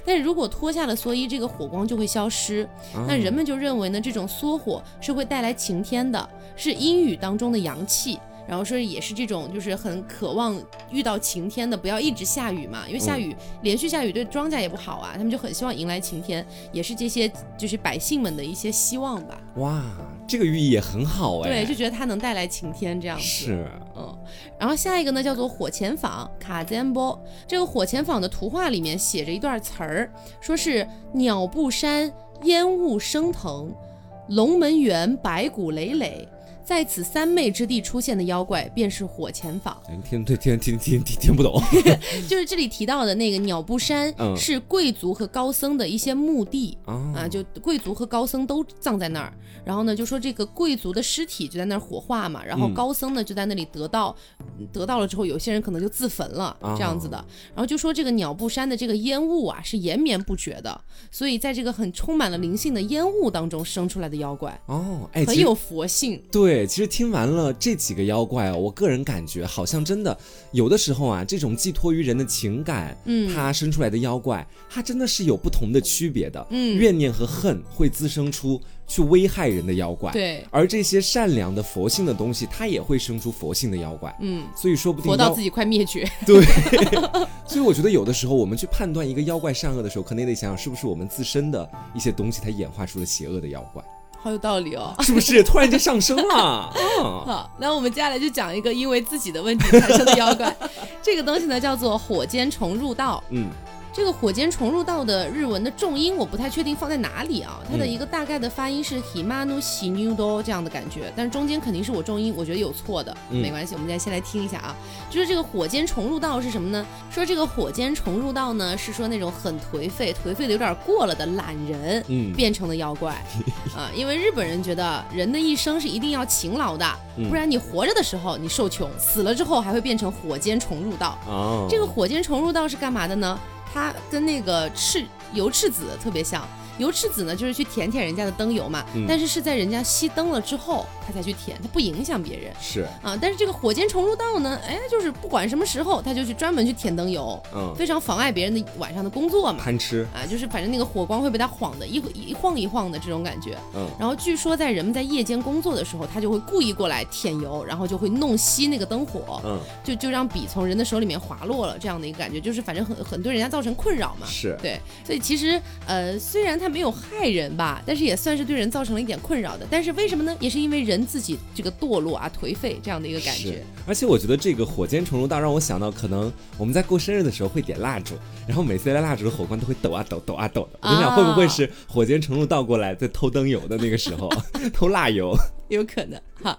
S2: 但是如果脱下了蓑衣，这个火光就会消失。
S3: 啊。
S2: 那人们就认为呢，这种缩火是会带来晴天的，是阴雨当中的阳气。然后说也是这种，就是很渴望遇到晴天的，不要一直下雨嘛，因为下雨、连续下雨对庄稼也不好啊。他们就很希望迎来晴天，也是这些就是百姓们的一些希望吧。
S3: 哇，这个寓意也很好哎。
S2: 对，就觉得它能带来晴天这样子。
S3: 是
S2: 嗯，然后下一个呢叫做火前坊卡赞波，这个火前坊的图画里面写着一段词儿，说是鸟不山烟雾升腾，龙门园白骨累累，在此三昧之地出现的妖怪便是火前坊。
S3: 哎听对听听听听听不 懂
S2: 就是这里提到的那个鸟不山
S3: 嗯
S2: 是贵族和高僧的一些墓地。
S3: 啊
S2: 啊，就贵族和高僧都葬在那儿，然后呢，就说这个贵族的尸体就在那儿火化嘛，然后
S3: 嗯
S2: 高僧呢就在那里得到，得到了之后，有些人可能就自焚了
S3: 啊
S2: 这样子的，然后就说这个鸟不山的这个烟雾啊是延绵不绝的，所以在这个很充满了灵性的烟雾当中生出来的妖怪，
S3: 哦，哎，
S2: 很
S3: 其实
S2: 有佛性。
S3: 对，其实听完了这几个妖怪哦，我个人感觉好像真的有的时候啊，这种寄托于人的情感，
S2: 嗯
S3: 它生出来的妖怪，它真的是有不同的区别的。
S2: 嗯
S3: 怨念和恨会滋生出去危害人的妖怪，
S2: 对
S3: 而这些善良的佛性的东西，它也会生出佛性的妖怪。
S2: 嗯，
S3: 所以说不定
S2: 活到
S3: 妖
S2: 自己快灭绝，
S3: 对，所以我觉得有的时候我们去判断一个妖怪善恶的时候，可能也得想想是不是我们自身的一些东西，它演化出了邪恶的妖怪，
S2: 好有道理哦。
S3: 是不是？突然间上升了，嗯
S2: 好，那我们接下来就讲一个因为自己的问题产生的妖怪， 这个东西呢叫做火尖虫入道。
S3: 嗯，
S2: 这个火箭虫入道的日文的重音我不太确定放在哪里啊，它的一个大概的发音是 himanu s h i n u d o 这样的感觉，但是中间肯定是我重音，我觉得有错的，
S3: 嗯
S2: 没关系，我们再先来听一下啊，就是这个火箭虫入道是什么呢？说这个火箭虫入道呢是说那种很颓废，颓废的有点过了的懒 人，
S3: 嗯
S2: 变成的妖怪啊、因为日本人觉得人的一生是一定要勤劳的，
S3: 嗯
S2: 不然你活着的时候你受穷，死了之后还会变成火箭虫入道。
S3: 哦，
S2: 这个火箭虫入道是干嘛的呢？它跟那个赤油赤子特别像。油赤子呢，就是去舔舔人家的灯油嘛，
S3: 嗯
S2: 但是是在人家熄灯了之后，它才去舔，它不影响别人
S3: 是，
S2: 啊。但是这个火箭虫入道呢，哎，就是不管什么时候，它就去专门去舔灯油，
S3: 嗯，
S2: 非常妨碍别人的晚上的工作嘛。
S3: 贪吃，
S2: 啊，就是反正那个火光会被它晃的，一一晃一晃的这种感觉。
S3: 嗯，
S2: 然后据说在人们在夜间工作的时候，它就会故意过来舔油，然后就会弄熄那个灯火。
S3: 嗯，
S2: 就就让笔从人的手里面滑落了，这样的一个感觉，就是反正很很对人家造成困扰嘛。
S3: 是，
S2: 对，所以其实呃，虽然它没有害人吧，但是也算是对人造成了一点困扰的。但是为什么呢？也是因为人自己这个堕落啊、颓废这样的一个感
S3: 是
S2: 觉。。
S3: 而且我觉得这个火箭虫入道让我想到，可能我们在过生日的时候会点蜡烛，然后每次在蜡烛的火光都会抖啊抖，抖啊抖的。我跟你讲，
S2: 啊
S3: 会不会是火箭虫入道过来在偷灯油的那个时 候，偷蜡油？
S2: 有可能哈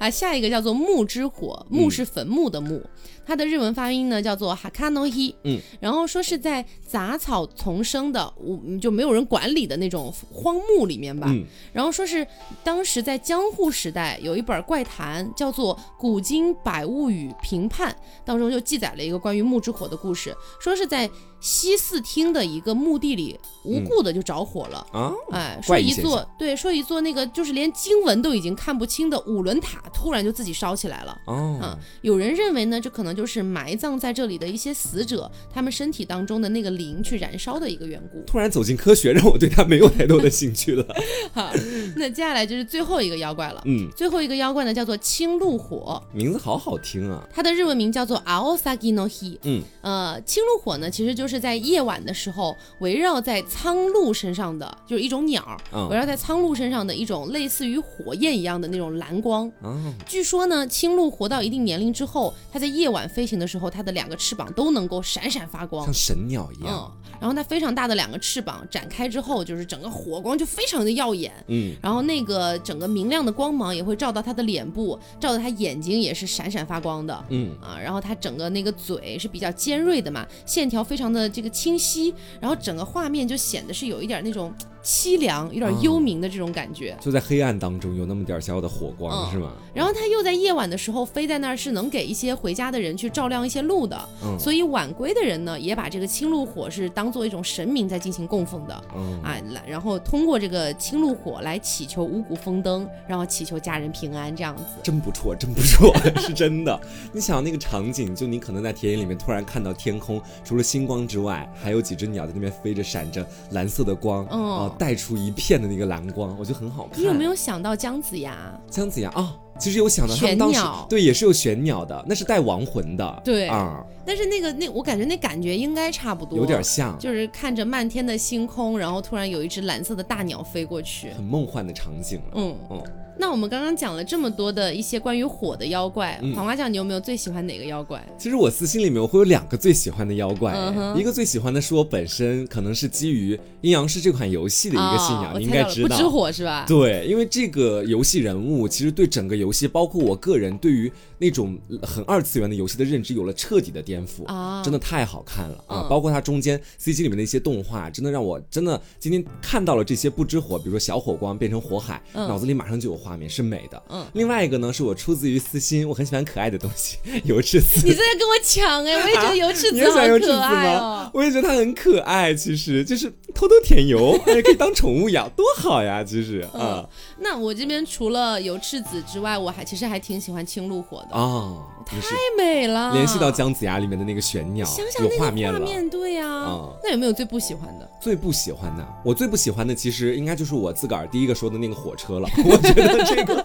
S2: 啊，下一个叫做木之火，
S3: 嗯
S2: 木是坟墓的木，它的日文发音呢叫做 hakano hi，
S3: 嗯，
S2: 然后说是在杂草丛生的，无就没有人管理的那种荒墓里面吧，
S3: 嗯
S2: 然后说是当时在江户时代有一本怪谈叫做《古今百物语评判》，当中就记载了一个关于木之火的故事，说是在西寺町的一个墓地里无故的就着火了。
S3: 啊，
S2: 哎，说
S3: 怪异
S2: 一
S3: 现
S2: 座对，说一座那个就是连经文都已经看不清的五轮塔，突然就自己烧起来了。
S3: 哦，
S2: 有人认为呢，这可能就是埋葬在这里的一些死者，他们身体当中的那个灵去燃烧的一个缘 故。
S3: 突然走进科学，让我对它没有太多的兴趣了。
S2: 好，那接下来就是最后一个妖怪了。
S3: 嗯，
S2: 最后一个妖怪呢，叫做青鹿火。
S3: 名字好好听啊！
S2: 它的日文名叫做 Aosagi no hi。
S3: 嗯，
S2: 呃，青鹿火呢，其实就是在夜晚的时候围绕在苍鹭身上的，就是一种鸟儿，
S3: 嗯
S2: 围绕在苍鹭身上的一种类似于火焰一样的那种蓝光。
S3: 啊，
S2: 据说呢，青鹭活到一定年龄之后，它在夜晚飞行的时候，它的两个翅膀都能够闪闪发光
S3: 像。神鸟一
S2: 嗯
S3: 样。，
S2: 然后它非常大的两个翅膀展开之后，就是整个火光就非常的耀眼。
S3: 嗯，
S2: 然后那个整个明亮的光芒也会照到它的脸部，照到它眼睛也是闪闪发光的。
S3: 嗯
S2: 啊，然后它整个那个嘴是比较尖锐的嘛，线条非常的这个清晰，然后整个画面就显得是有一点那种凄凉、有点幽冥的这种感觉。
S3: 就在黑暗当中有那么点儿小小的火光，
S2: 嗯
S3: 是吗？
S2: 然后它又在夜晚的时候飞在那儿，是能给一些回家的人去照亮一些路的。
S3: 嗯
S2: 所以晚归的人呢，也把这个青鹿火是当做一种神明在进行供奉的
S3: 嗯
S2: 啊，来然后通过这个青鹿火来祈求五谷丰登，然后祈求家人平安这样子。
S3: 真不错， 真不错，是真的。你想那个场景，就你可能在田野里面突然看到天空，除了星光之外，还有几只鸟在那边飞着，闪着蓝色的光，啊、
S2: 嗯
S3: 带出一片的那个蓝光，我觉得很好看。
S2: 你有没有想到姜子牙？
S3: 姜子牙啊？其实有想到他们
S2: 玄
S3: 当时
S2: 鸟
S3: 对也是有玄鸟的，那是带亡魂的，
S2: 对
S3: 啊，
S2: 但是那个那我感觉那感觉应该差不多，
S3: 有点像，
S2: 就是看着漫天的星空，然后突然有一只蓝色的大鸟飞过去。
S3: 很梦幻的场景了。
S2: 嗯
S3: 嗯
S2: 那我们刚刚讲了这么多的一些关于火的妖怪，
S3: 嗯
S2: 黄瓜酱，你有没有最喜欢哪个妖怪？
S3: 其实我私心里面我会有两个最喜欢的妖怪、哎
S2: 嗯哼
S3: 一个最喜欢的是我本身可能是基于《阴阳师》这款游戏的一个信仰，
S2: 哦我
S3: 你
S2: 猜
S3: 应该
S2: 到了
S3: 知道。
S2: 不知火是吧？
S3: 对，因为这个游戏人物其实对整个游戏，包括我个人对于那种很二次元的游戏的认知有了彻底的颠覆
S2: 啊
S3: 真的太好看了啊！
S2: 嗯
S3: 包括它中间 CG 里面的一些动画，真的让我真的今天看到了这些不知火，比如说小火光变成火海，
S2: 嗯
S3: 脑子里马上就有画面，是美的。
S2: 嗯
S3: 另外一个呢是我出自于私心，我很喜欢可爱的东西， 油赤子。
S2: 你这在跟我抢哎、我也觉得油赤
S3: 你
S2: 子
S3: 也想
S2: 好
S3: 用柿子
S2: 可爱
S3: 吗
S2: 哦？。
S3: 我也觉得它很可爱，其实就是偷偷舔油，也可以当宠物养，多好呀！其实啊
S2: 嗯，那我这边除了油赤子之外，我还其实还挺喜欢青鹿火的，
S3: 啊，你是
S2: 太美了。
S3: 联系到姜子牙里面的那个玄鸟，
S2: 想想
S3: 有
S2: 那个
S3: 画
S2: 画
S3: 面了。
S2: 对呀、
S3: 嗯
S2: 那有没有最不喜欢的？
S3: 最不喜欢的，我最不喜欢的其实应该就是我自个儿第一个说的那个火车了。 我觉得这个，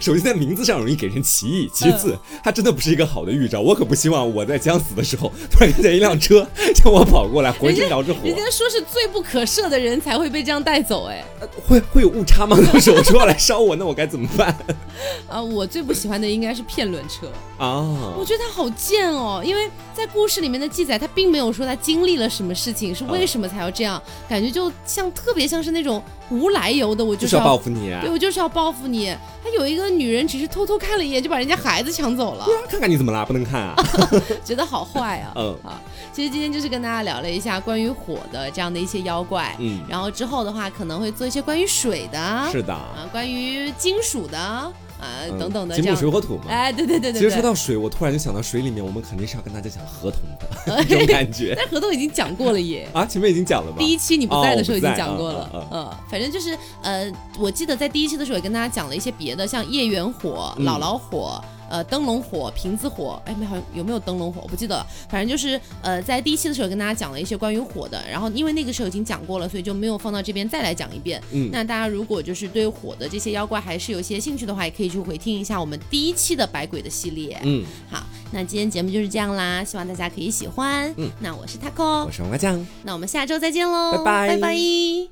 S3: 首先在名字上容易给人歧义，其次它真的不是一个好的预兆。我可不希望我在将死的时候突然看见一辆车向我跑过来，浑身着着火。
S2: 人家说是最不可赦的人才会被这样带走哎。
S3: 会会有误差吗？ 到时候说要来烧我，那我该怎么办
S2: 啊，我最不喜欢的应该是骗轮车，
S3: 啊
S2: 我？觉得他好贱哦，因为在故事里面的记载，他并没有说他经历了什么事情，是
S3: 嗯
S2: 为什么才要这样，感觉就像特别像是那种无来由的，我
S3: 就是是要
S2: 要
S3: 报。复你、啊
S2: 对，。我就是要报复你。他有一个女人，只是偷偷看了一眼，就把人家孩子抢走了，
S3: 看看你怎么啦，不能 看啊！
S2: 觉得好坏啊。
S3: 嗯
S2: 啊，其实今天就是跟大家聊了一下关于火的这样的一些妖怪，
S3: 嗯，
S2: 然后之后的话可能会做一些关于水的，啊，
S3: 是的，啊
S2: 关于金属的啊、
S3: 嗯
S2: 等等的
S3: 金
S2: 这
S3: 木
S2: 样
S3: 水火土嘛。
S2: 哎，对对对对对。
S3: 其实说到水，我突然就想到水里面，我们肯定是要跟大家讲合同 的这种感觉。
S2: 但合同已经讲过了耶
S3: 啊。前面已经讲了吗？
S2: 第一期你不在的时候已经讲过
S3: 哦我
S2: 了，
S3: 不
S2: 嗯，反正就是呃，我记得在第一期的时候也跟大家讲了一些别的，像夜缘火、
S3: 嗯
S2: 姥姥火、呃灯笼火、瓶子火，哎，没好像有没有灯笼火，我不记得了。反正就是呃，在第一期的时候也跟大家讲了一些关于火的，然后因为那个时候已经讲过了，所以就没有放到这边再来讲一遍。
S3: 嗯
S2: 那大家如果就是对火的这些妖怪还是有一些兴趣的话，也可以去回听一下我们第一期的百鬼的系列。
S3: 嗯，
S2: 好，那今天节目就是这样啦，希望大家可以喜欢。
S3: 嗯，
S2: 那我是 taco，
S3: 我是王瓜酱。
S2: 那我们下周再见喽，
S3: 拜拜
S2: 拜拜